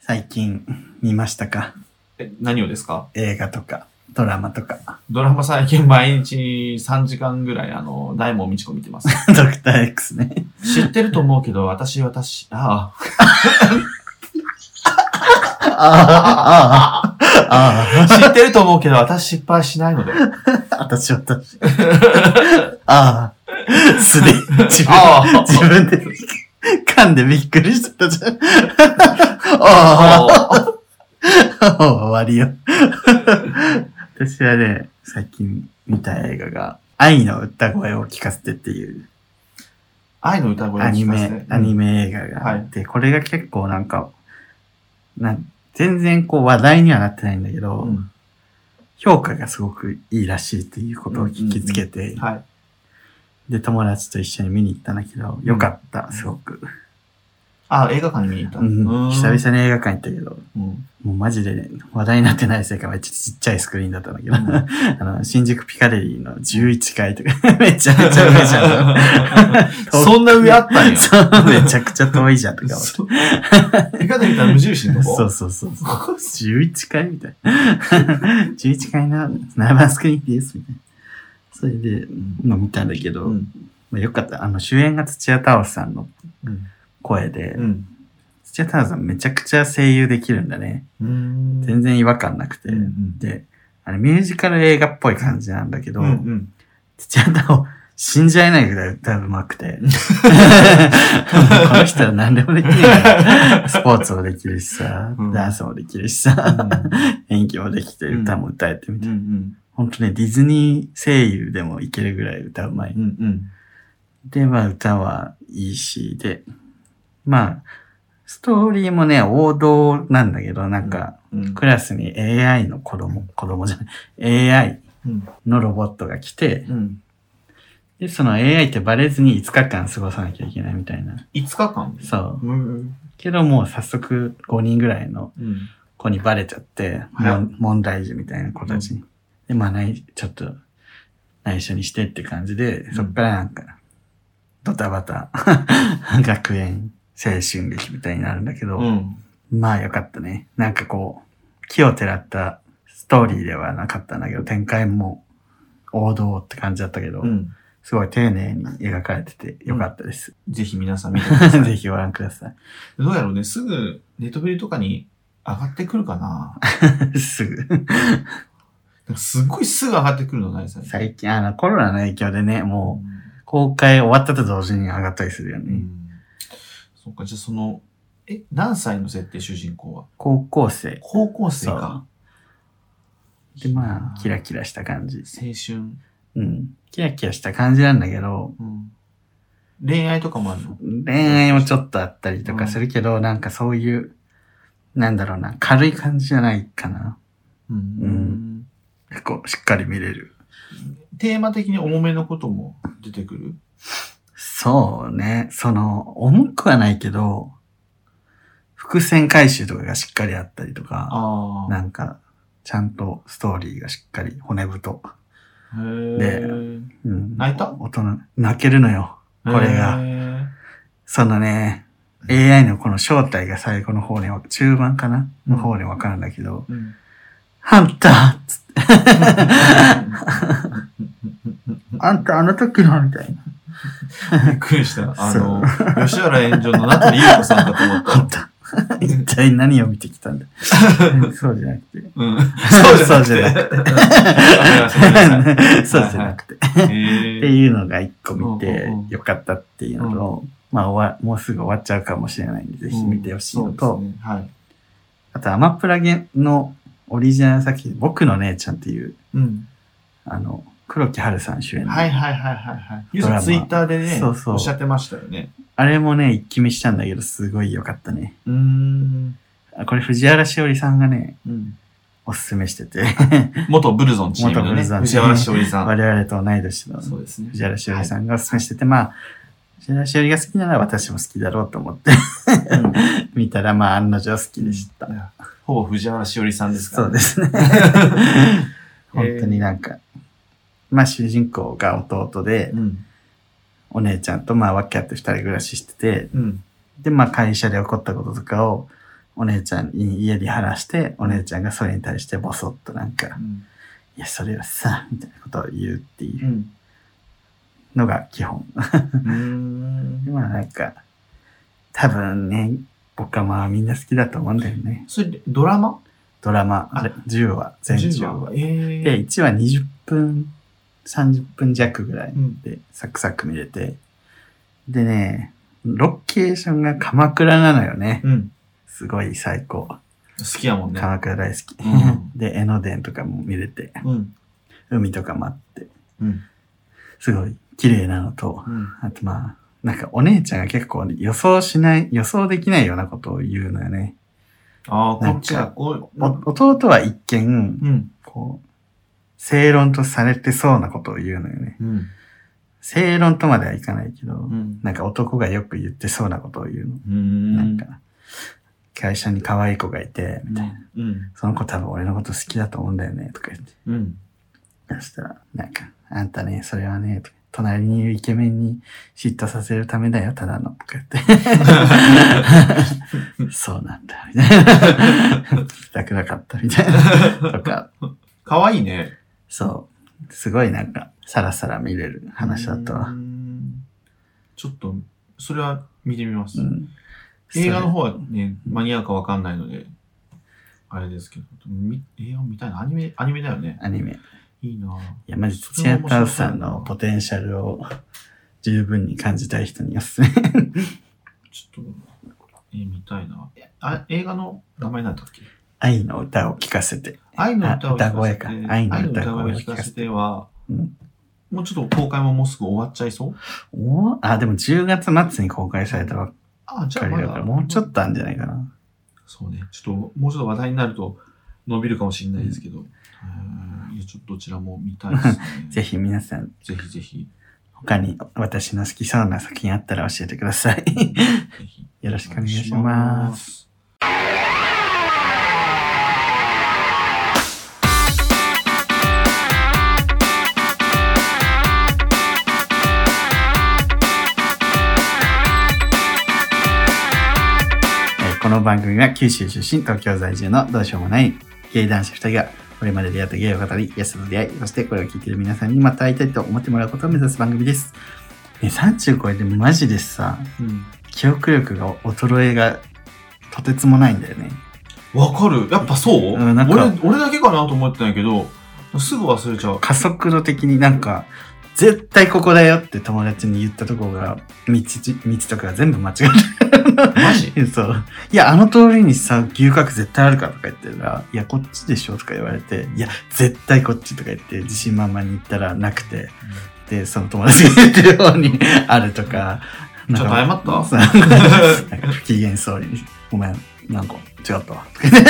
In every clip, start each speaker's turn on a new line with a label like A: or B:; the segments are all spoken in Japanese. A: 最近見ましたか
B: え、何をですか
A: 映画とか、ドラマとか、
B: ドラマ最近毎日3時間ぐらい、あの、大門みちこ見 てます。
A: ドクター X ね。
B: 知ってると思うけど、私、私、
A: あ
B: あ
A: あ、ああ、あ
B: あ、知ってると思うけど、私失敗しないので。
A: あ、私私。 ああ、素で、自分、
B: あ
A: 自分で噛んでびっくりしてたじゃん。 あ
B: あ、
A: あ、 終わりよ。私はね、最近見た映画が、愛の歌声を聞かせてっていう
B: 愛の歌声を
A: アニ
B: 聞かせ
A: メ
B: て、。
A: アニメ映画があって、これが結構なんか、なん全然こう話題にはなってないんだけど、
B: うん。
A: 評価がすごくいいらしいっていうことを聞きつけて、
B: はい。
A: で、友達と一緒に見に行ったんだけど、よかった、すごく。
B: あ、映画館に見に行った。
A: うん
B: うーん
A: 久々に映画館行ったけど、
B: うん。
A: もうマジで、ね、話題になってない世界はちちっちゃいスクリーンだったんだけど、 あの、新宿ピカデリーの11階とか、 めちゃめちゃ上じゃん。
B: そんな上あったん や。
A: そう、めちゃくちゃ遠いじゃんとか思って
B: そうピカデリーってあの無印のとこ
A: そうそうそうそう。11階みたい な。11階の7番スクリーンです、みたいな。それで、まあ見たんだけど、
B: うん。
A: まあ、よかった。あの、主演が土屋太鳳さんの
B: うん。
A: 声で、
B: うん。
A: 土屋太鳳さんめちゃくちゃ声優できるんだね。
B: うん
A: 全然違和感なくて。
B: うんうん
A: で、あれミュージカル映画っぽい感じなんだけど、
B: うんうん。
A: 土屋太鳳死んじゃえないぐらい歌うまく て。この人は何でもできるんだよ。スポーツもできるしさ
B: う、ん
A: ダンスもできるしさ、演技もできて、
B: うん
A: 歌も歌えてみ
B: うんう
A: たいな。
B: ん。
A: 本当ね、ディズニー声優でもいけるぐらい歌うまい。
B: うんうん。
A: で、まあ歌はいいし、で、まあ、ストーリーもね、王道なんだけど、なんか、
B: うん
A: クラスに AI の子供、子供じゃない、AI
B: うん
A: のロボットが来て、
B: うん。
A: で、その AI ってバレずに5日間過ごさなきゃいけないみたいな。
B: 5日間
A: そう。
B: うん。
A: けどもう早速5人ぐらいの
B: うん。
A: 子にバレちゃって、
B: は
A: も
B: い
A: ん問題児みたいな子たちに。で、まあない、ちょっと内緒にしてって感じで、
B: ん
A: そっからなんか、ドタバタ、 学園、青春劇みたいになるんだけど、
B: うん。
A: まあよかったね。なんかこう、木をてらったストーリーではなかったんだけど、展開も王道って感じだったけど、
B: うん。
A: すごい丁寧に描かれててよかったです。
B: ぜひ皆さん見てくださ い。
A: ぜひご覧くださ
B: どうやろうね、すぐネットフリとかに上がってくるかな。
A: い。 すぐ。
B: なんかすっごいすぐ上がってくるのないさ。
A: 最近、あの、コロナの影響でね、もう
B: う
A: 公開終わったと同時に上がったりするよね。
B: ん。そっか、じゃあその、え、何歳の設定、主人公は
A: 高校生。
B: 高校生
A: そ
B: か
A: う。。で、まあ、キラキラした感じ。
B: 青春。
A: うん。キラキラした感じなんだけど、
B: うん。恋愛とかもあるの
A: 恋愛もちょっとあったりとかするけど、なんかそういう、なんだろうな、軽い感じじゃないかな。
B: う
A: うん。結構しっかり見れる。
B: テーマ的に重めのことも出てくる
A: そうね。その、重くはないけど、伏線回収とかがしっかりあったりとか、
B: ああ。
A: なんか、ちゃんとストーリーがしっかり骨太。
B: へー
A: うん、
B: 泣いた
A: 大人、泣けるのよ。これが
B: へ
A: そのね、AI のこの正体が最後の方にわ、中盤かなの方にわかるんだけど、
B: ーうん。
A: ハンターっつって、あんたあの時のみたいな。
B: びっくりした。あの、吉原炎上の名取裕子さんかと思っ
A: ハン
B: た。
A: ター。 一体何を見てき たんだそうじゃなくて。
B: うん。そうじゃなくて。
A: そうじゃなくて。
B: て。
A: って
B: へー
A: いうのが一個見て
B: うんうんうん
A: よかったっていうのと、まあ終わ、もうすぐ終わっちゃうかもしれないんで、ぜひ見てほしいのと、
B: そうですねはい。
A: あとアマプラゲのオリジナル作品、僕の姉ちゃんっていう、
B: うん。
A: あの、黒木華さん主演の、
B: はいはいはいはいはい。ゆう
A: ドラマ
B: さんツイッターでね、
A: そうそう
B: おっしゃってましたよね。
A: あれもね、一気見したんだけど、すごい良かったね。
B: うーん。
A: あこれ藤原しおりさんがね、
B: うん
A: おすすめしてて、
B: 元ブルゾンチーム
A: 元
B: の
A: ブ
B: ね、
A: ルゾン
B: 藤原しおりさん。
A: 我々と同い年の
B: そうですね。
A: 藤原しおりさんがおすすめしてて、まあ、藤原しおりが好きなら私も好きだろうと思って
B: はい。うん
A: 見たら、まあ、案の定好きでした。
B: いやほぼ藤原しおりさんですか
A: そ
B: ら
A: う
B: ね、
A: です ね。本当になんか、まあ主人公が弟で、
B: うん。
A: お姉ちゃんとまあ分け合って二人暮らししてて、
B: うん。。
A: でまあ会社で起こったこととかをお姉ちゃんに家で話して、お姉ちゃんがそれに対してボソッとなんか、いや、それはさ、みたいなことを言うっていううんのが基本。
B: うん。
A: まあなんか、多分ね、僕はまあみんな好きだと思うんだよね。
B: それ、ドラマ
A: ドラマ、
B: あ
A: あれ10話、全10
B: 10
A: 話。
B: 話。え
A: で、
B: え。
A: 1話20分、30分弱ぐらい
B: うん。
A: で、サクサク見れて。でね、ロケーションが鎌倉なのよね。
B: うん。
A: すごい最高。
B: 好きやもんね。
A: 鎌倉大好き。
B: うん
A: で、江ノ電とかも見れて、
B: うん。
A: 海とかもあって、
B: うん。
A: すごい綺麗なのと、
B: うん。
A: あとまあ、なんかお姉ちゃんが結構予想しない、予想できないようなことを言うのよね。
B: ああ、こ
A: なんか
B: っちは、こう、
A: お弟は一見、
B: うん。
A: こう、正論とされてそうなことを言うのよね。
B: うん。
A: 正論とまではいかないけど、
B: うん。
A: なんか男がよく言ってそうなことを言うの。
B: うん。
A: なんか、会社に可愛い子がいて、みたいな。
B: うん。
A: その子多分俺のこと好きだと思うんだよね、とか言って。
B: うん。
A: そしたら、なんか、あんたね、それはね、とか隣にいるイケメンに嫉妬させるためだよ、ただの、とか 言って。そうなんだ、みたいな。聞きたくなかった、みたいな。とか、
B: かわいいね。
A: そう。すごいなんか、さらさら見れる話だった
B: う
A: わ。
B: んちょっと、それは見てみます
A: う。ん。
B: 映画の
A: そ
B: 方はね、間に合うかわかんないので、あれですけど、み映画見たいな。アニメ、アニメだよね
A: れ。アニメ。い
B: いいなぁ
A: や、まじ、土屋太鳳さんのポテンシャルを十分に感じたい人におすすめ。
B: ちょっと、えー見たいなぁえあ。映画の名前なんだっけ
A: 愛の歌を聴かせて。
B: 愛の歌を聴かせて
A: あ歌声か
B: 愛
A: 愛
B: の
A: の
B: 歌
A: 歌声
B: 声を
A: を
B: 聞
A: 聞
B: か
A: か
B: せ
A: せ
B: ては、
A: うん
B: もうちょっと公開ももうすぐ終わっちゃいそう
A: おーあ、でも10月末に公開されたばっか
B: あ、じゃあ
A: 彼
B: ま
A: ら
B: だ
A: が。もうちょっとあるんじゃないかな。。
B: そうね。ちょっと、もうちょっと話題になると伸びるかもしれないですけど。うんいや、ちょっとどちらも見たいですね
A: ぜひ皆さん、
B: ぜひぜひ。
A: 他に私の好きそうな作品あったら教えてください。
B: ぜひ。
A: よろしくお願いしますえーこの番組は九州出身、東京在住のどうしようもない芸男子2人が、これまで出会った芸を語り、ゲストと出会い、そしてこれを聞いている皆さんにまた会いたいと思ってもらうことを目指す番組です。ね、30超えてマジでさ、
B: うん
A: 記憶力が衰えがとてつもないんだよね。
B: わかるやっぱそう、
A: うんなんか
B: 俺俺だけかなと思ってたんやけど、すぐ忘れちゃ う。
A: 加速度的になんか、絶対ここだよって友達に言ったとこが、道じ、道とかが全部間違え
B: マジ
A: え そう。いや、あの通りにさ、牛角絶対あるからとか言ってたら、いや、こっちでしょとか言われて、いや、絶対こっちとか言って、自信満々に言ったらなくて、で、その友達が言ってる方に あるとか、
B: ちょっと謝った
A: さ なんか不機嫌そうに、ごめん、なんか違ったわ。とか言って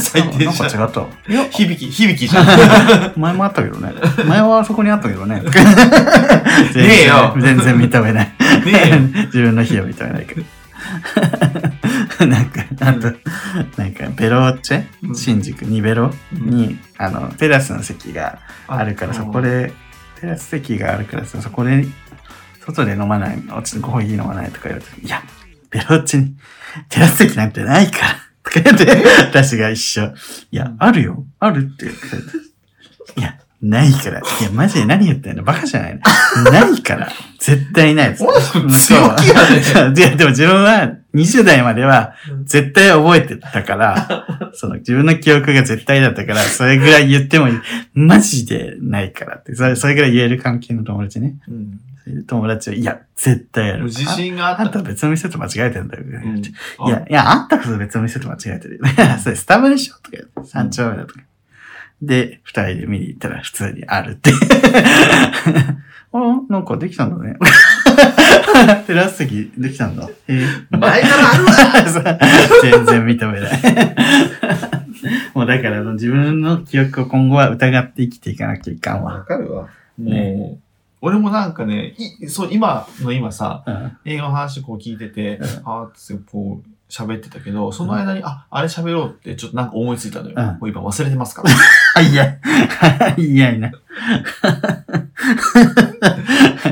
B: 最低じゃ
A: な
B: ん
A: んか違ったわ。いや、
B: 響き、響き じゃん。あ
A: 前もあったけ どね。前はあそこにあったけどね。ね
B: えよ
A: 全然認めない。
B: ね
A: 自分の火を認めないけど。 なんか、あと、なんか、ベローチ
B: うん
A: ェ新宿にベロに、あの、テラスの席があるから、そこ。で、テラス席があるからさ、そこで、外で飲まない、おちのコーヒー飲まないとか言われて、いや、ベローチェに、テラス席なんてないから、とか言って、私が一緒。いや、あるよ、あるって言って。いや、ないから。いや、マジで何言ってんのバカじゃないのないから。絶対ないです。
B: お前
A: そう
B: 強気 や
A: いや、でも自分は20代までは
B: うん
A: 絶対覚えてた から、その自分の記憶が絶対だったから、それぐらい言っても、マジでないからって、それそれぐらい言える関係の友達ね。
B: うん
A: そういう友達は、いや、絶対あ
B: もう
A: る。
B: 自信があ
A: ああ
B: っ
A: んた
B: た。
A: 別の店と間違えてんだよ。
B: うん
A: いや、い、や、あんたこそ別の店と間違えてるよね。 それスタバでしょとか言って、三丁目だとか。で、二人で見に行ったら普通にあるって。 あ、なんかできたんだね。 テラス席できたんだ。へえ
B: あ前からあるわ
A: 全然認めない。 もうだから自分の記憶を今後は疑って生きていかなきゃいかんわ。
B: わかるわ。も
A: ね
B: う、俺もなんかね、いそう、今の今さ、
A: うん
B: 映画の話こう聞いてて
A: うん、
B: あーってこう喋ってたけど、その間に、あ、あれ喋ろうってちょっとなんか思いついたのよ。
A: うん
B: もう今忘れてますから。
A: あ、いや、 いや いな。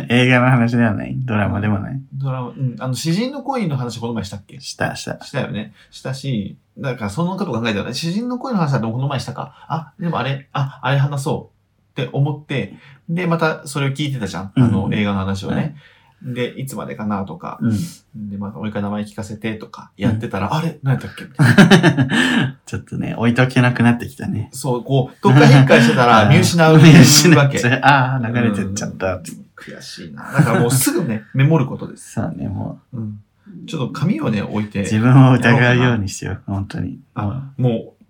A: 映画の話ではない。ドラマでもない。
B: ドドラマ、うん、あの、詩人の恋の話この前したっけ
A: した、した。
B: したよね。したし、だからそのこと考えたら、詩人の恋の話だとこの前したか。あ、でもあれ、あ、あれ話そうって思って、で、またそれを聞いてたじゃん。あの、
A: うん
B: 映画の話をね。で、いつまでかなとか、
A: うん。
B: で、またもう一回名前聞かせてとか、やってたら、あれ何やったっけ
A: ちょっとね、置いとけなくなってきたね。
B: そう、こう、どっか変化してたら見失う
A: 見失
B: わ
A: っ
B: け
A: ち。ゃうああ、流れてっちゃった。
B: 悔しいな。だからもうすぐね、メモることです。
A: そうね、も、
B: うん。ちょっと紙をね、置いうて
A: 自、分を疑うようにしよう、本当に。
B: あ、もう、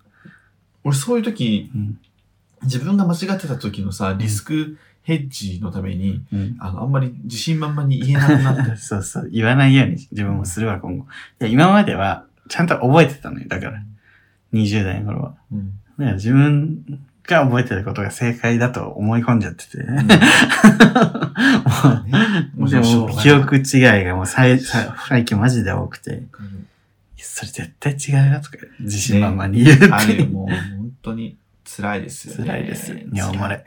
B: 俺そういう時、
A: うん。
B: 自分が間違ってた時のさ、リスクヘッジのために、
A: うん。。
B: あの、あんまり自信満々に言えなくなって
A: そうそう、言わないように自分もするわ、今後。いや、今までは、ちゃんと覚えてたのよ、だから。20代の頃は。
B: うん。
A: だから自分が覚えてることが正解だと思い込んじゃってて。
B: う ん
A: もう
B: ねもち
A: で
B: ろんしょ
A: も
B: うがない
A: 記憶違いがもう最最最近マジで多くて、それ絶対違うなとか自信満々に言うって
B: あ
A: い
B: れ、
A: う、
B: もう本当に辛いですよね。
A: 辛いです。尿漏。れ。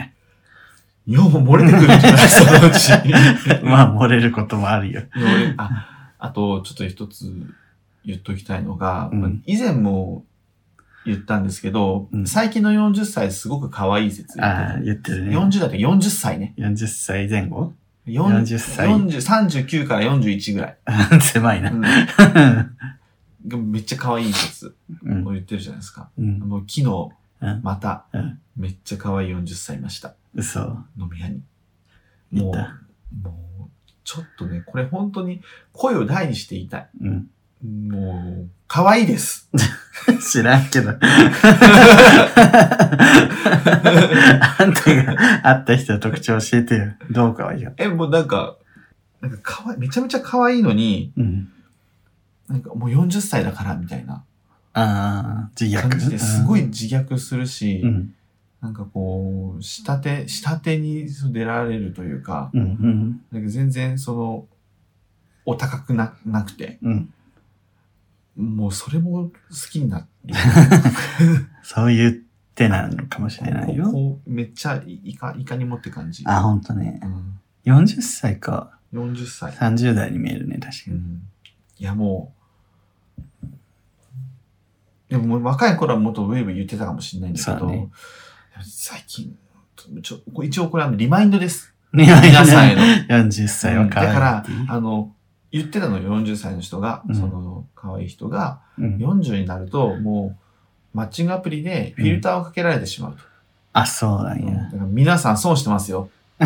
B: 尿も漏れてくるんじゃないそのうち。
A: まあ漏れることもあるよ。
B: のあ、あと、ちょっと一つ言っときたいのが、
A: うん
B: まあ以前も言ったんですけど、
A: うん
B: 最近の40歳すごく可愛い説。
A: ああ、言ってるね。
B: 40代って40歳ね。
A: 40歳前後40
B: 40
A: 歳
B: 40 39から41ぐらい。
A: 狭 いうな。
B: んがめっちゃ可愛い説
A: う
B: を
A: ん。
B: 言ってるじゃないですか。
A: うん。
B: もう昨日、
A: うん
B: また
A: うん、
B: めっちゃ可愛い40歳いました。
A: 嘘。
B: 飲み屋に。
A: 言
B: も
A: っ
B: う
A: た。、
B: もう、ちょっとね、これ本当に声を大にして言いた
A: うん。
B: い。もう、可愛いです。
A: 知らんけ ど。あんたが会った人の特徴教えてよ。どうかはいいよ。
B: え、もうなんか、なんかかわい、めちゃめちゃ可愛いのに、
A: うん。
B: なんかもう40歳だからみたいな
A: ああ、自虐。
B: 感じですごい
A: うん
B: 自虐するし、
A: うん。
B: なんかこう、下手、下手にそう出られるというか、
A: うん。
B: なんか全然その、お高くな、なくて、
A: うん。うん。
B: もうそれも好きにな る。
A: そういう手なのかもしれない
B: こう
A: よ。
B: こうめっちゃいか、いかにもって感じ。
A: あ、ほんとね
B: う。ん、
A: 40歳か。
B: 40歳。
A: 30代に見えるね、確か
B: う
A: に。
B: んいやもう、でももう若い頃はもっとウェーブ言ってたかもしれないんだけ
A: そ
B: ど、
A: うね
B: 最近、ちょこれ一応これあのリマイン ドです。
A: 皆
B: 皆さんへの。
A: 40歳は可愛い
B: だから
A: っていう。
B: あの、言ってたのよ40歳の人が、
A: うん
B: その可愛い人が、
A: うん
B: 40になるともうマッチングアプリでフィルターをかけられてしまうと。
A: あ、そうなん
B: うんだ
A: や。
B: から皆さん損してますよ。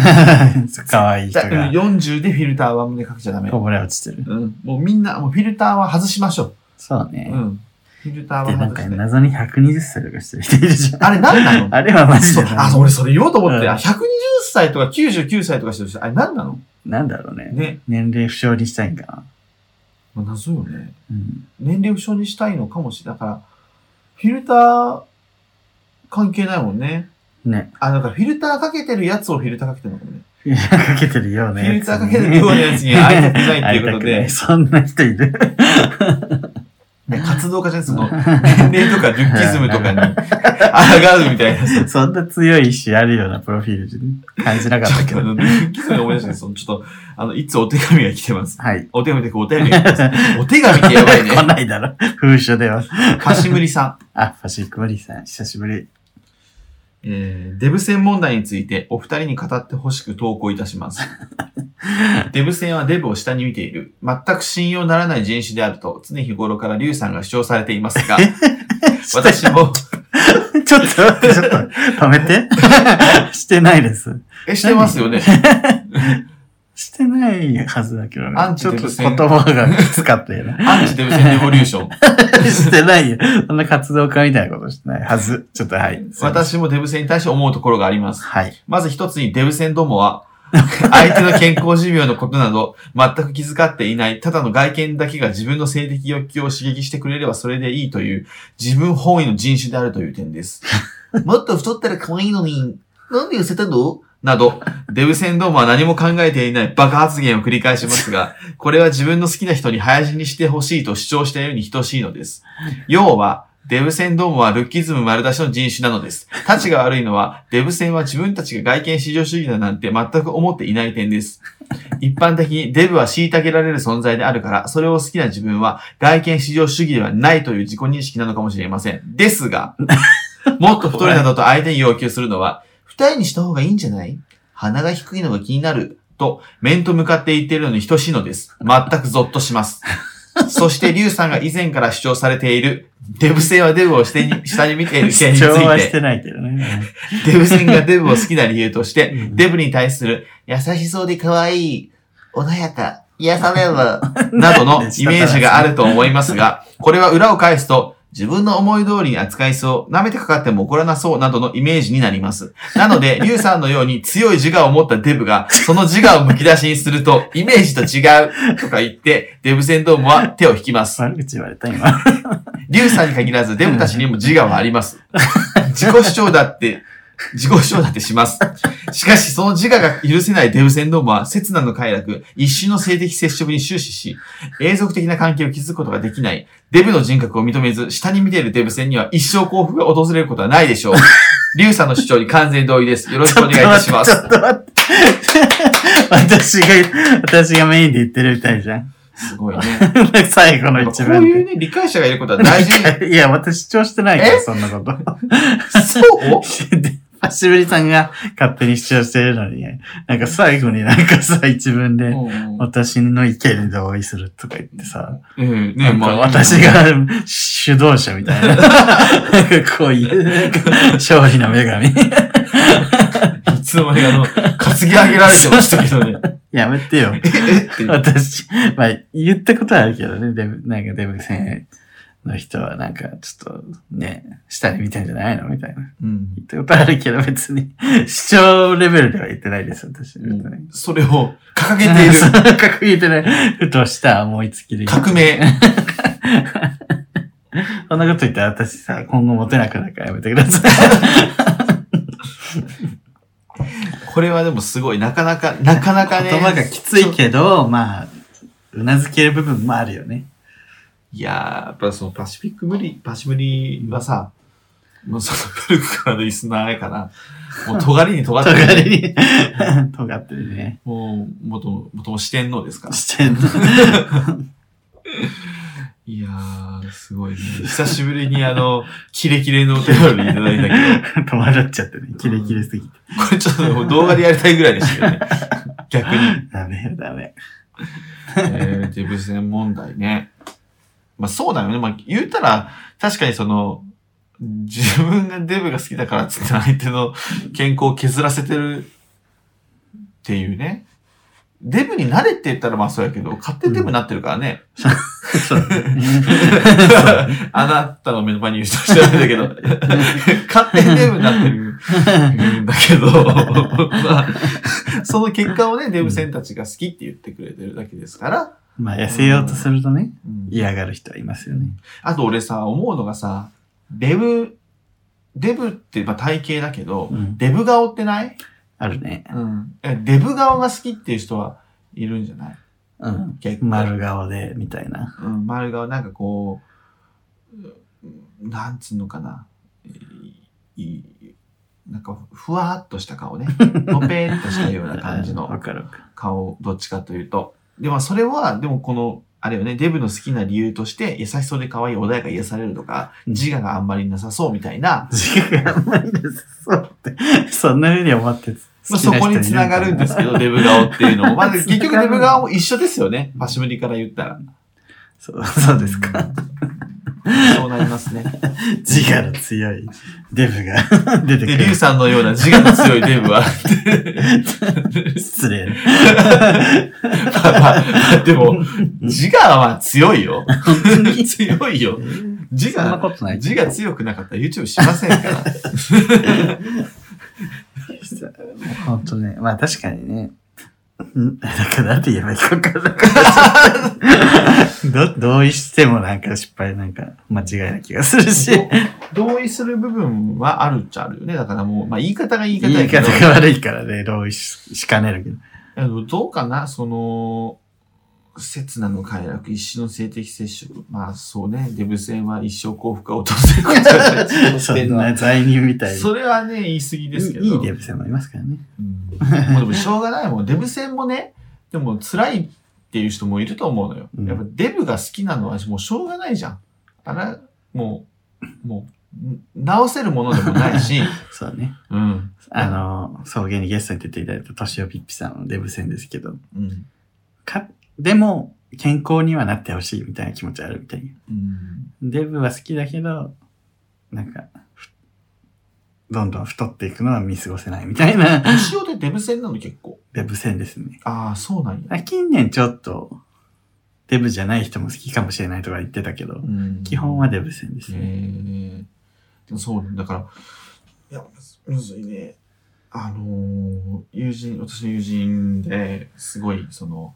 A: 可愛い人
B: だうん
A: が
B: 40でフィルターは胸かけちゃダメ
A: こ。ぼれ落ちてる。
B: うん、もうみんな、もうフィルターは外しましょ
A: そう
B: う。
A: ね。
B: うん、フィルターは
A: で、なん
B: 外
A: か
B: して。
A: 謎に120歳とかしてる人いるじゃん。
B: あれ何なの
A: あれはマジ
B: そ
A: で
B: うあ、そう俺それ言おうと思って、
A: うん
B: あ、120歳とか99歳とかしてる人、あれ何なの
A: なんだろうね。
B: ね。
A: 年齢不詳にしたいんかな。
B: まあ、謎よね。
A: うん。
B: 年齢不詳にしたいのかもしれない。だから、フィルター、関係ないもんね。
A: ね。
B: あ、だからフィルターかけてるやつをフィルターかけてるのかもね。
A: かけてるようなやつに。
B: フィルターかけてるようなやつに会い たくないってい
A: 会
B: うことで
A: たくないそんな人いる。
B: ね活動家じゃん、その、年齢とかルッキズムとかに、抗うみたいな。ち
A: そんな強い意志あるようなプロフィールじゃ感じなかっ
B: ょ
A: た
B: っ
A: け
B: と、あ
A: ど。
B: の、ルッキズムで思い出したんですけど、そのちょっと、あの、いつお手紙が来てます。
A: はい。
B: お手紙でこうお便りが来て ます。お手紙ってやばいね。
A: 来ないだろ。封書では。
B: パシムリさん。
A: あ、ファシックボリーさん、久しぶり。
B: えーデブ戦問題についてお二人に語ってほしく投稿いたし ます。デブ戦はデブを下に見ている。全く信用ならない人種であると常日頃からリュウさんが主張されていますが、私も、
A: ちょっと待って、ちょっと止めて。 してないです。
B: え、してますよね。
A: してないはずだけどね。
B: アンチ
A: ち
B: デ
A: ょっ
B: ブ
A: と
B: 戦
A: 言葉がきつかったよ ね。
B: アンチデブ戦レボリュー ション。
A: してないよ。そんな活動家みたいなことしてないはず。ちょっとはい。すいません。
B: 私もデブ戦に対して思うところがあります。
A: はい。
B: まず一つにデブ戦どもは、相手の健康寿命のことなど、全く気遣っていない、ただの外見だけが自分の性的欲求を刺激してくれればそれでいいという、自分本位の人種であるという点です。もっと太ったら可愛いのに、なんで痩せたのなど、デブ戦どもは何も考えていない爆発言を繰り返しますが、これは自分の好きな人に早死にしてほしいと主張したように等しいのです。要は、デブ戦どもはルッキズム丸出しの人種なのです。立ちが悪いのは、デブ戦は自分たちが外見至上主義だなんて全く思っていない点です。一般的にデブは虐げられる存在であるから、それを好きな自分は外見至上主義ではないという自己認識なのかもしれません。ですが、もっと太りなどと相手に要求するのは、二重にした方がいいんじゃない鼻が低いのが気になる。と、面と向かって言っているのに等しいのです。全くゾッとし ます。そして、リュウさんが以前から主張されている、デブ性はデブを下に下に見てい る
A: 主
B: 件につ
A: 張はし
B: い
A: て
B: て、
A: ないけどね。
B: デブ線がデブを好きな理由として、
A: うん
B: デブに対する優しそうで可愛い、穏やか、癒される、 などのイメージがあると思いますが、これは裏を返すと、自分の思い通りに扱いそう、舐めてかかっても怒らなそうなどのイメージになります。なの で、リュウさんのように強い自我を持ったデブが、その自我を剥き出しにすると、イメージと違うとか言って、デブ戦ドームは手を引きます。
A: 悪口言われた、今。
B: リュウさんに限らず、デブたちにも自我はあります。自己主張だって、自己主張だってします。しかし、その自我が許せないデブ戦ドームは、刹那の快楽、一種の性的接触に終始し、永続的な関係を築くことができない、デブの人格を認めず、下に見ているデブ戦には一生幸福が訪れることはないでし ょう。リュウさんの主張に完全同意です。よろしくお願いいたしま
A: ちょ
B: す。
A: っと待って。私が、私がメインで言ってるみたいじゃん。
B: すごいね。
A: 最後の
B: こ
A: 一
B: う
A: 番
B: いう
A: で。
B: ね、理解者がいることは大 事。
A: いや、私主張してないか
B: え
A: ら、そんなこと。
B: そう
A: で、はしぶりさんが勝手に主張してるのに、なんか最後になんかさ、一文で、私の意見に同意するとか言ってさ、
B: うん、
A: な
B: ね、
A: んか
B: まあ。
A: 私が主導者みたい な、なんかこういう、なんか勝利の女神。
B: いつの間にかあの、担ぎ上げられてましたけど ね。
A: やめてよ。
B: ええって。
A: 私、まあ言ったことはあるけどね、デブ、なんかデブ戦の人はなんかちょっとね、下に見てんじゃないのみたいな。
B: うん。
A: 言ったことあるけど別に、 主張レベルでは言ってないです、私。別に
B: それを掲げ
A: 出
B: ている
A: 掲げてない。ふとした思いつきで。
B: 革命。
A: そんなこと言ったら私さ、今後モテなくなるからやめてくださ
B: これはでもすごい、なかなか、なかなか
A: い。
B: ね。
A: 言葉がきついけど、まあ、うなずける部分もあるよね。
B: いやー、やっぱそのパシフィック無理、パシ無理はさ、もうその古くからのリスナーあれかな。もう尖りに 尖って
A: 尖
B: る、
A: りに。 尖ってるね。
B: もう、もとも、もとも四天王ですから。
A: して んの。
B: いやー、すごいね。久しぶりにあの、キレキレのお手紙いただいたけど、
A: 戸惑っちゃってね。キレキレすぎて。
B: これちょっともう動画でやりたいぐらいでした けどね。逆に。
A: ダメよ、ダ メ。
B: えー、 デブ戦問題ね。まあそうだよね。まあ言うたら、確かにその、自分がデブが好きだからっつって相手の健康を削らせてるっていうね。デブに慣れって言ったらまあそうやけど、勝手にデブになってるからね。
A: そうね。
B: あなたの目の前に言う人してるんだけど、勝手にデブになってるんだけど、 まあ、その結果をね、デブ戦たちが好きって言ってくれてるだけですから、
A: まあ、痩せようとするとね、
B: うん
A: 嫌がる人はいますよね。
B: あと俺さ、思うのがさ、デブ、デブってまあ体型だけど、
A: うん。
B: デブ顔ってない
A: あるね。
B: うん。えデブ顔が好きっていう人はいるんじゃない
A: うん。
B: 結構。
A: 丸顔で、みたいな。
B: うん、丸顔。なんかこう、うんなんつうのかな。いいなんかふわーっとした 顔ね。のぺーっとしたような感じの
A: わかるわかる。
B: 顔、どっちかというと。でもそれは、でもこの、あれよね、デブの好きな理由として、優しそうで可愛い、穏やか癒されるとか、
A: うん
B: 自我があんまりなさそうみたいな、
A: 自我があんまりです。そうって、そんな風に思って
B: まあ、そこに繋がるんですけど、デブ顔っていう のも。まあ、結局デブ顔も一緒ですよね。パシムリから言ったら。
A: そう、そうですか。
B: うんそうなりま すね。
A: 自我の強いデブが 出てく
B: で、リュウ
A: る。
B: さんのような自我の強いデブは、
A: 失礼ね。
B: まあまあでも、自我は強いよ。強いよ。自
A: そんな
B: 我、
A: ことない。
B: 自我強くなかったら YouTube しませんから。
A: ほんとね。まあ確かにね。んだからなんて言えばいいか分からなか ったど同意してもなんか失敗なんか間違いな気がするし。
B: 同同意する部分はあるっちゃあるよね。だからもう、まあ言い方が言い方
A: 言
B: や
A: い
B: けど
A: 方、が悪いからね、同意ししかねるけど。
B: あのどうかなその、刹那の快楽、一死の性的接触。まあそうね、デブ戦は一生幸福が訪れることだと言 っ
A: そ
B: てる
A: ん
B: のは
A: な罪人みたいに。
B: それはね、言い過ぎですけど。
A: いいいデブ戦もいますからね。
B: うんもうでもしょうがないもん。デブ戦もね、でも辛いっていう人もいると思うのよ。
A: うん
B: やっぱデブが好きなのはもうしょうがないじゃん。あら、もう、もう、ん直せるものでもない し、
A: そうね。
B: うん。
A: あの、草原にゲストに出ていただいたとしおぴっぴさんのデブ戦ですけど、
B: うん。
A: か、でも、健康にはなってほしいみたいな気持ちあるみたいに。
B: うん。
A: デブは好きだけど、なんか、ふどんどん太っていくのは見過ごせないみたいな
B: 牛尾でデブ戦なの結構。
A: デブ戦ですね。
B: ああ、そうなんや。
A: あ近年ちょっと、デブじゃない人も好きかもしれないとか言ってたけど、
B: うん
A: 基本はデブ戦です
B: へ
A: ね。
B: えでもそう、だから、いや、むずいね。あのー友人、私の友人で、すごい、その、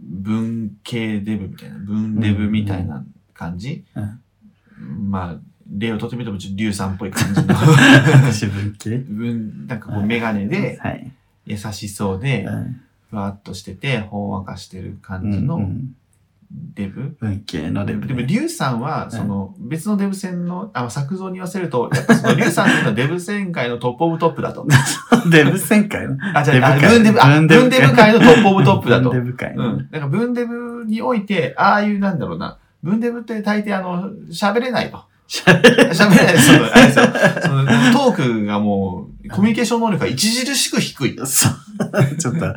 B: 文系デブみたいな、文デブみたいな感じ、
A: うん
B: まあ、例をとってみても、ちょっと竜さんっぽい感じの、
A: 私文系
B: 文、なんかこう、メガネで、
A: はい。
B: 優しそうで
A: う、ん
B: ふわっとしてて、ほんわかしてる感じ
A: う
B: の
A: ん
B: デブ、
A: 文系のデブ
B: で
A: ね。
B: も、リュウさんは、その、別のデブ戦の、あ、作造に言わせると、やっぱその、リュウさんっていうのはデブ戦界のトップオブトップだ と。
A: デブ戦会の
B: あ、じゃあ、あ
A: デブ界
B: 文デブ、あ、
A: 文
B: 文
A: デブ
B: デブ界のトップオブトップだと。
A: デブ会
B: う
A: の。
B: ん。なんか、文デブにおいて、ああいう、なんだろうな、文デブって大抵、あの、喋れないと。
A: 喋れ
B: 喋れない、その、あれですよ。その、トークがもう、コミュニケーション能力が著しく低 い。
A: そう。ちょっと、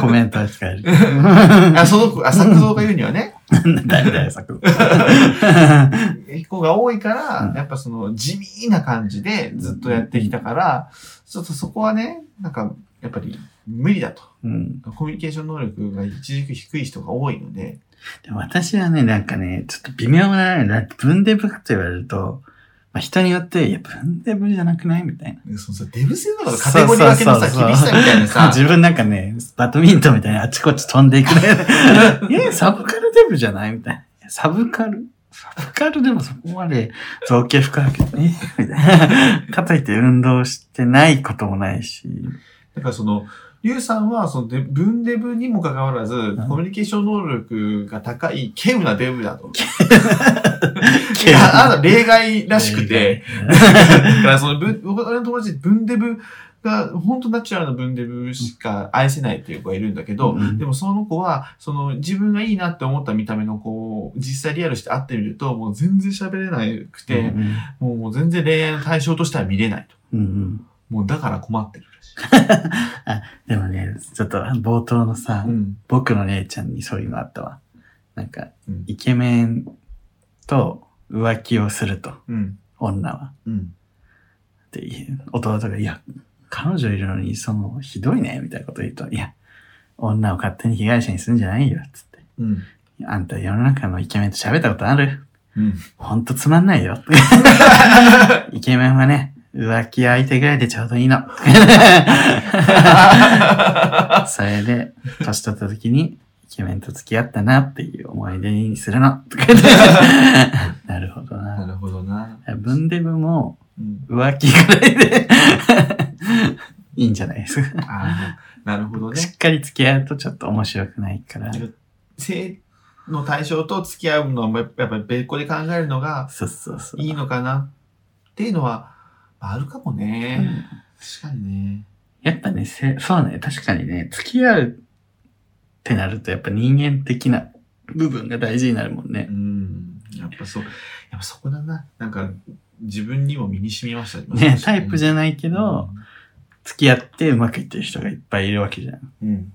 A: コメントは控えるけ
B: あ、その、あ、作造が言うにはね、
A: ど。誰だよ、作
B: 子が多いから、
A: うん
B: やっぱその地味な感じでずっとやってきたから、ちょっとそこはね、なんか、やっぱり無理だと。
A: うん。
B: コミュニケーション能力が一軸低い人が多いので、
A: でも私はね、なんかね、ちょっと微妙な、なんか文デブかと言われると、まあ、人によって、いや、文デブじゃなくないみたいな。
B: そのさ、デブ戦だからカテゴリー分けの
A: そ
B: さ、
A: うそうそう
B: 厳しさみたいなさ、
A: 自分なんかね、バドミントンみたいにあちこち飛んでいく ね。え、サブカルデブじゃないみたいな。いやサブカルサブカルでもそこまで造形深くて、えみたいな。かといって運動してないこともないし。
B: だからその、リュウさんは、そのデ、文デブにもかかわらず、コミュニケーション能力が高い、稀有なデブだと。いやあなた例外らしくて、だからそのぶ、僕の友達、文デブが、本当ナチュラルな文デブしか愛せないっていう子がいるんだけど、
A: うん
B: でもその子は、その自分がいいなって思った見た目の子を実際リアルして会ってみると、もう全然喋れなく
A: うん
B: て、もうもう全然恋愛の対象としては見れないと。
A: うんうん
B: もうだから困ってるらしい。
A: でもね、ちょっと冒頭のさ、
B: うん。
A: 僕の姉ちゃんにそういうのあったわ。なんか
B: うん、
A: イケメンと浮気をすると、
B: うん。
A: 女は。
B: うん。
A: っていう弟が、いや、彼女いるのに、その、ひどいね、みたいなこと言うと、いや、女を勝手に被害者にするんじゃないよ、つって。
B: うん。
A: あんた世の中のイケメンと喋ったことある
B: うん。
A: ほんとつまんないよ。 イケメンはね、浮気相手ぐらいでちょうどいいの。 それで、年取った時に、イケメンと付き合ったなっていう思い出にするの。 とか言ってなるほど
B: な
A: な。
B: るほどな。
A: 文デブも
B: うん。
A: 浮気ぐらいで、 いいんじゃないですか。
B: あーなるほど ね
A: し。っかり付き合うとちょっと面白くないから。
B: 性の対象と付き合うのはやっぱやっぱり別個で考えるのが
A: そうそうそう。
B: いいのかなっていうのはまああるかもね。
A: うん
B: 確かにね。
A: やっぱね、せそうね、確かにね、付き合うってなるとやっぱ人間的な部分が大事になるもんね
B: う。ん。やっぱそう。やっぱそこだな。なんか自分にも身に染みました。
A: ね、タイプじ
B: ゃ
A: ゃないけ
B: け
A: ど、、付き合ってうまくいってる人がいっぱいいるわけじゃん。
B: うん。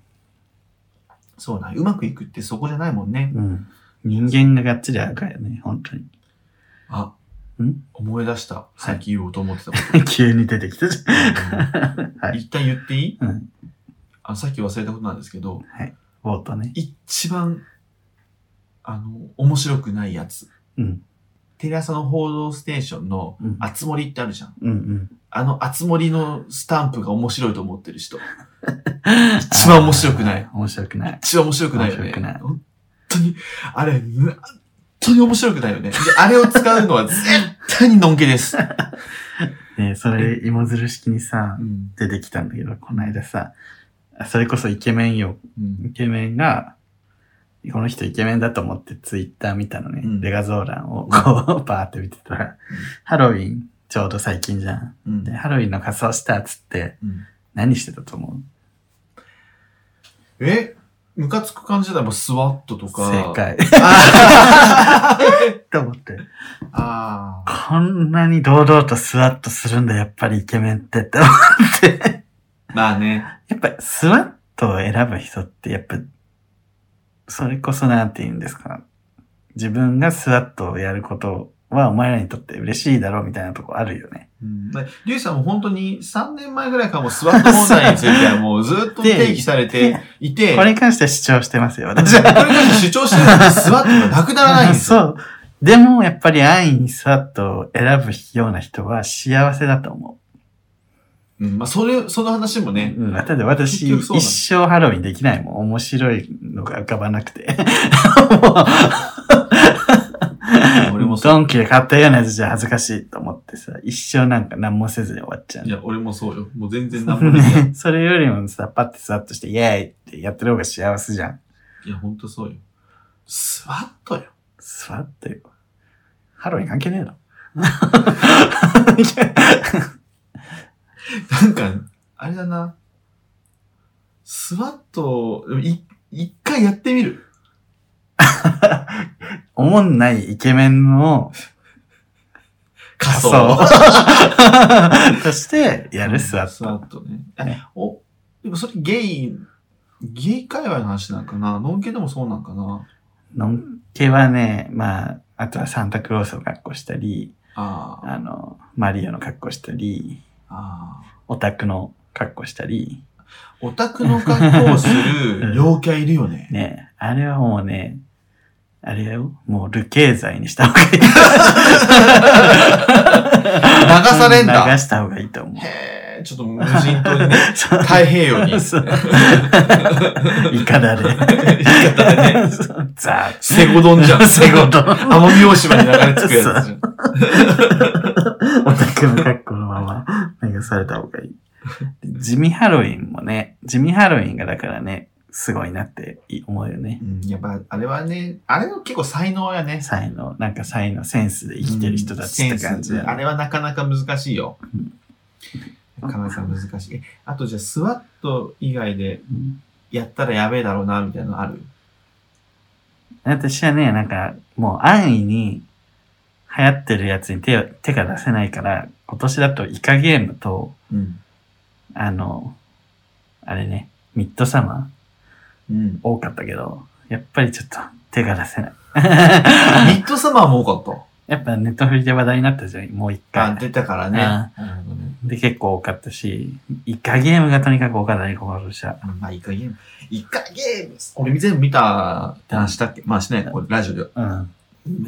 B: そうな。うまくいくってそこじゃないもんね。
A: うん。人間ががっつり合うからね、本当に。
B: あ、
A: ん
B: 思い出した。さっき言おうと思ってたこ
A: 急に出てきたじゃん。は
B: と。
A: い。
B: 一旦言っていい
A: うん。
B: あ、さっき忘れたことなんですけど、
A: ボートね。
B: 一番、あの、面白くないやつ。
A: うん。
B: テレ朝の報道ステーションの
A: うん、
B: あつ森ってあるじゃん。
A: うんうん。
B: あの、あつ森のスタンプが面白いと思ってる人。一番面白くない
A: あー。面白くない。
B: 一番面白くないよね
A: 面白くない。
B: 本当に、あれ、本当に面白くないよね。で、あれを使うのは絶対にのんけです。
A: で、それ、芋づる式にさ、
B: うん。
A: 出てきたんだけど、この間さ、それこそイケメンよ。
B: うん。
A: イケメンが、この人イケメンだと思ってツイッター見たのね、
B: うん
A: レガゾーランをこう、 バーって見てたら、ハロウィン、ちょうど最近じゃん。
B: うん
A: で、ハロウィンの仮装したっつって、
B: うん
A: 何してたと思
B: えムカつく感じだったらもうスワットと
A: う
B: か。
A: 正。解。 と思って。
B: ああ。
A: こんなに堂々とスワッとするんだ、やっぱりイケメンってって思って。
B: まあね。
A: やっぱスワッとを選ぶ人って、やっぱ、それこそなんて言うんですか。自分がスワッとをやることはお前らにとって嬉しいだろうみたいなとこあるよね。
B: うんでリュウさんも本当に3年前ぐらいからもうスワット問題についてはもうずっと定義されていて、
A: これに関しては主張して ますよ、
B: これに
A: 私 は。
B: 関して主張してるのにスワットがなくならないんです
A: そ
B: よ。
A: う。でも、やっぱり安易にスワッとを選ぶような人は幸せだと思
B: うん、まあそれ、その話も
A: う。
B: ね、
A: うん。だって私、
B: 結局そうな
A: 一
B: の
A: 生ハロウィンできないもん。面白いのが浮かばなくて。
B: 俺もそう
A: ドンキで買ったようなやつじゃ恥ずかしいと思ってさ、一生なんか何もせずに終わっちゃう
B: い。や、俺もそうよ。もう 全然何もできない。
A: ねそれよりもさ、パッてスワッとして、イエーイってやってる方が幸せじゃん。
B: いや、ほんとそうよ。スワットよ。
A: スワッとよ。ハロウィン関係ねえの
B: なんか、あれだな。スワット、でもい一回やってみる。
A: おもんないイケメンの
B: 仮
A: 仮
B: 想。
A: 装 としてやるスワッ
B: ス
A: と。
B: ワットね。
A: ね
B: お、でもそれゲイ、ゲイ界隈の話なんかなノンケでもそうなんかな
A: のんけはね、まあ、あとはサンタクロースの格好したり、
B: ああ、
A: あの、マリオの格好したり、
B: あ
A: オタクの格好したり、
B: あ。オタクの格好をする陽キャいるよね。
A: ねあれはもうね、あれよ、もう、ルケー罪にした方がいい。流
B: されんだ
A: 流した方がいいと思う。
B: へえ、ちょっと無人島にね、
A: そう
B: 太平洋 に。
A: そうイカダで。
B: 言い方でね。
A: そうザ
B: セゴドンじゃ
A: ー。
B: ん。
A: セゴドン。
B: 奄美大島に流れ着くやつじゃん。
A: オタクの格好のまま流された方がいい。地味ハロウィンもね、地味ハロウィンがだからね、すごいなって思うよね。
B: うん、やっぱ、あれはね、あれは結構才能やね。
A: 才能、なんか才能、センスで生きてる人たちって感じ
B: うんセンスあ
A: だね。
B: れはなかなか難しいよ。
A: うん
B: なかなか難しい。えあとじゃあ、スワット以外で
A: うん
B: やったらやべえだろうな、みたいなのある
A: 私はね、なんか、もう安易に流行ってるやつに手を、手が出せないから、今年だとイカゲームと、
B: うん。
A: あの、あれね、ミッドサマ
B: うん。
A: ー多かったけど、やっぱりちょっと手が出せない。
B: ミッドサマーも多かっ
A: やっぱネットフリで話題になったじゃん、もう一
B: た。あ、
A: 回。
B: 出たからね。
A: あ
B: なるほどね
A: で、結構多かったし、イカゲームがとにかく多かったね、この年は。
B: うんまあ、イカゲーム。イカゲーム俺全部見たって話したっけまあ、しないか、これラジオでは。
A: うん。
B: うん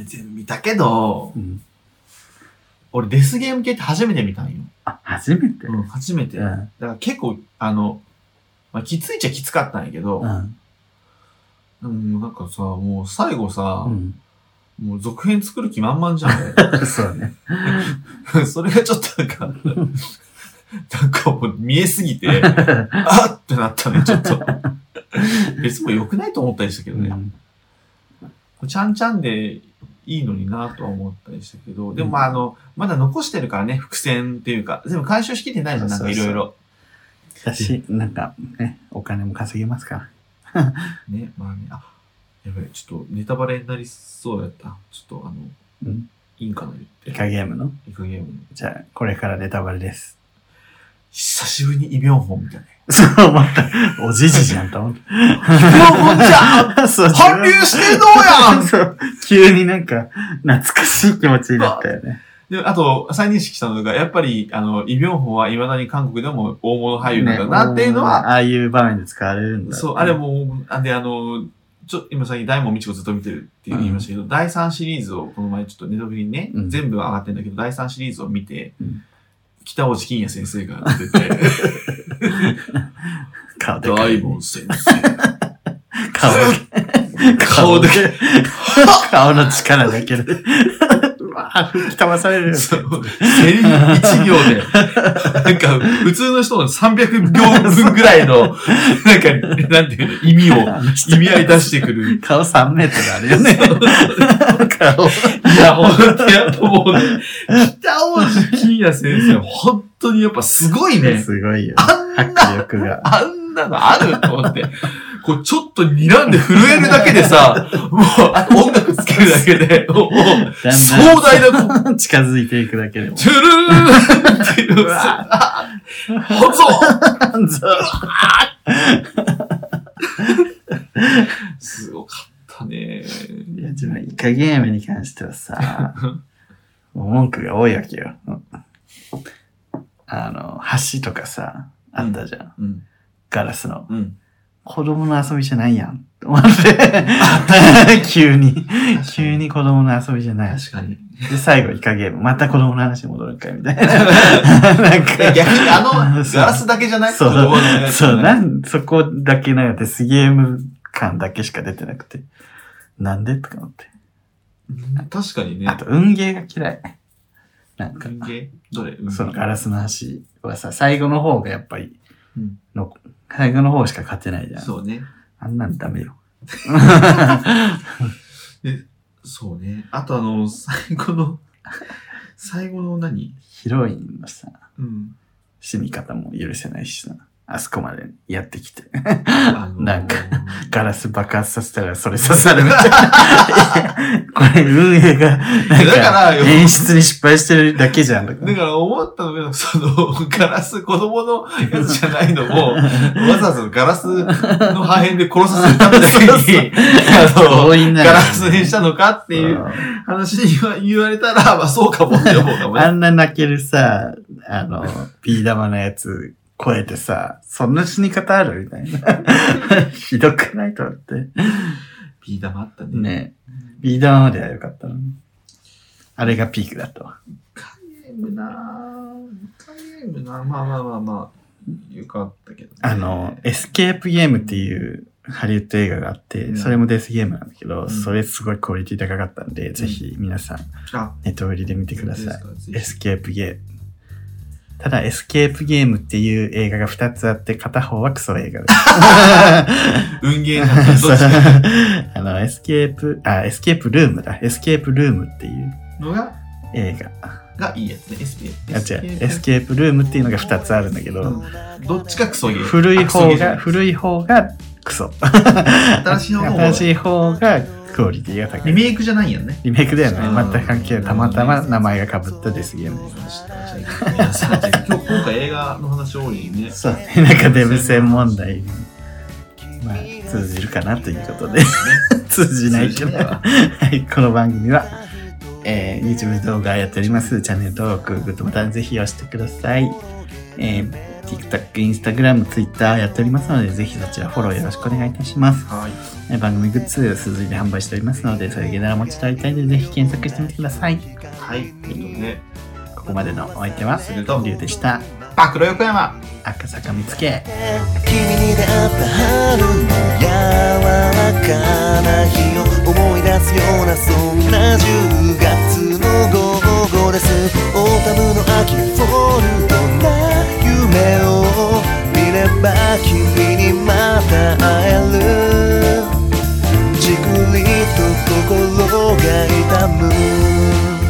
B: 全部見たけど
A: う、ん、
B: 俺デスゲーム系って初めて見たんよ。
A: あ、初めて
B: うん、初めて。
A: う
B: だか
A: ん。
B: ら結構、あの、まあ、きついっちゃきつかったんやけど、
A: うん。
B: うん、なんかさ、もう最後さ、
A: うん。
B: もう続編作る気満々じ ゃ
A: そうね。
B: ん。それがちょっとなん か、なんかもう見えすぎ て、あっってなったね、ちょっと。別にもう良くないと思ったりしたけど
A: う
B: ね。
A: ん
B: ちゃんちゃんでいいのになとは思ったりしたけど、でもまああの、まだ残してるからね、伏線っていうか、でも回収しきってないじゃん、なんかいろいろ。
A: だし、なんか、ね、お金も稼げますから。
B: ね、まあね、あ、やばい、ちょっとネタバレになりそうやった。ちょっとあの、
A: うん
B: いいんかな言って。
A: イカゲームの
B: イカゲームの。
A: じゃあ、これからネタバレです。
B: 久しぶりにイ・ビョンホン みたいな。
A: そう思った。おじじじゃんと思った。
B: もんじ ゃ
A: そう
B: 韓流してんのや ん
A: そう。急になんか、懐かしい気持ちになったよね。
B: で、あと、再認識したのが、やっぱり、あの、イ・ビョンホンは未だに韓国でも大物俳優なんだなっていうの
A: ね
B: は、
A: ああいう場面で使われるんだ。
B: そう、あれ。もう、あで、あの、ちょ、今さっき大門みちこずっと見てるって言いましたけど、第3シリーズを、この前ちょっとネタフリにね、
A: うん
B: 全部上がってんだけど、第3シリーズを見て、
A: うん
B: 北落金也先生が出 て、
A: 顔でか
B: 大
A: い。
B: 門先生、
A: 顔でかい。
B: 顔で
A: 顔の力だけで。うわ吹き飛ばされる。
B: そうセリフ1秒で、なんか、普通の人の300秒分ぐらいの、なんか、なんていうの、意味を、意味合い出してくる。
A: 顔3メートルあるよね。顔。
B: いや、ほんとやっぱもうね、北王子金也先生、本当にやっぱすごいね。
A: すごいよ。
B: あん
A: 迫
B: な、
A: 力 が。
B: あんなのあると思って。こう、ちょっと睨んで震えるだけで さ、もう、音楽つけるだけで、もう、
A: だんだん
B: 壮大な、こう、
A: 近づいていくだけでも。
B: チュルーンっていうさ、ほぞすごかったね。
A: いや、自分、イカゲームに関しては さ、もう文句が多いわけよ。あの、橋とかさ、あったじゃん。
B: うん。
A: ガラスの。
B: うん。
A: 子供の遊びじゃないやん。って思って、 急に、急に子供の遊びじゃない。
B: 確かに。
A: で、最後、イカゲーム。また子供の話に戻るんかい、みたいな。なん
B: いや
A: か、
B: 逆にあ の、ガラスだけじゃない
A: そう
B: 子供のやつじ
A: そ
B: ゃ
A: う、
B: ない
A: なん、そこだけなんかデスゲーム感だけしか出てなくて。なんでとか思って。
B: うん確かにね
A: あ。と、運ゲーが嫌い。なんか
B: 文、芸どれ
A: そのガラスの橋はさ、最後の方がやっぱり
B: うん、
A: の最後の方しか勝てないじゃん。
B: そうね。
A: あんなんダメ よ。
B: そうね。あとあの、最後の、最後の何
A: ヒロインのさ、
B: うん。
A: 死に方も許せないしさ、あそこまでやってきて、
B: あのー
A: なんかガラス爆発させたらそれ刺さるみたいな。 これ運営が、なん
B: だから
A: か、
B: よ
A: 演出に失敗してるだけじゃん。
B: だから思ったのが、その、ガラス、子供のやつじゃないの も、わざわざガラスの破片で殺させるためだけ
A: そうそう
B: に、あの、
A: 強引な
B: ガ
A: のよね
B: ラスにしたのかっていう
A: うん
B: 話に言わ言われたら、まあそうかもって思うかも
A: あ
B: ね。
A: んな泣けるさ、あの、ビー玉のやつ超えてさ、そんな死に方あるみたいな。 ひどくないと思って。
B: ビー玉あったね。
A: ねビー玉まではよかったのに。あれがピークだったわ。
B: ゲームなぁ。ゲームなぁ。まあまあまあまあ。よかったけど、ね。
A: あの、エスケープゲームっていうハリウッド映画があって、
B: うん
A: それもデスゲームなんだけど、
B: ん
A: それすごいクオリティ高かったんで、ぜひ皆さん、
B: あ、
A: ネットフリで見てください。
B: い
A: エスケープゲーム。ただ、エスケープゲームっていう映画が2つあって、片方はクソ映画 です。
B: 運ゲーなんだ。どっちか
A: あの、エスケープ、あ、エスケープルームだ。エスケープルームっていう
B: のが、
A: 映画。
B: がいいやつね。SP。
A: あ、違う。エスケープルームっていうのが2つあるんだけど、
B: どっちかクソゲー。
A: 古い
B: あクソ
A: 方
B: ゲーじゃな
A: が、古い方がクソ。
B: 新しい方
A: 新
B: が
A: しい方がクオリティが高
B: リ
A: い。
B: メイクじゃないやんね。
A: リメイクでは
B: あ
A: な
B: ー
A: い。全く関係ない。たまたま名前が被ったデスゲームで
B: 皆さん、今日今回映画の話多いね。
A: す。そうね。 なんかデブ専問題に、まあ、通じるかなということで、 通じ ないけど、
B: 通じないわ
A: はい、この番組は、えー YouTube 動画やっております。チャンネル登録、グッドボタンぜひ押してください。えー TikTok、Instagram、Twitter やっておりますので、ぜひそちらフォローよろしくお願いいたします。
B: はい。
A: えー番組グッズ、鈴井で販売しておりますので、それゲなら持ち帰りたいので、ぜひ検索してみてください。
B: はい。ということでね、
A: ここまでのお相手は、
B: すると
A: リュウでした。
B: あ、黒横山。
A: 赤坂見つけ。
C: 君に出会った春の柔らかな日を思い出すようなそんな10月の午後ですオータムの秋フォルトな夢を見れば君にまた会えるじくりと心が痛む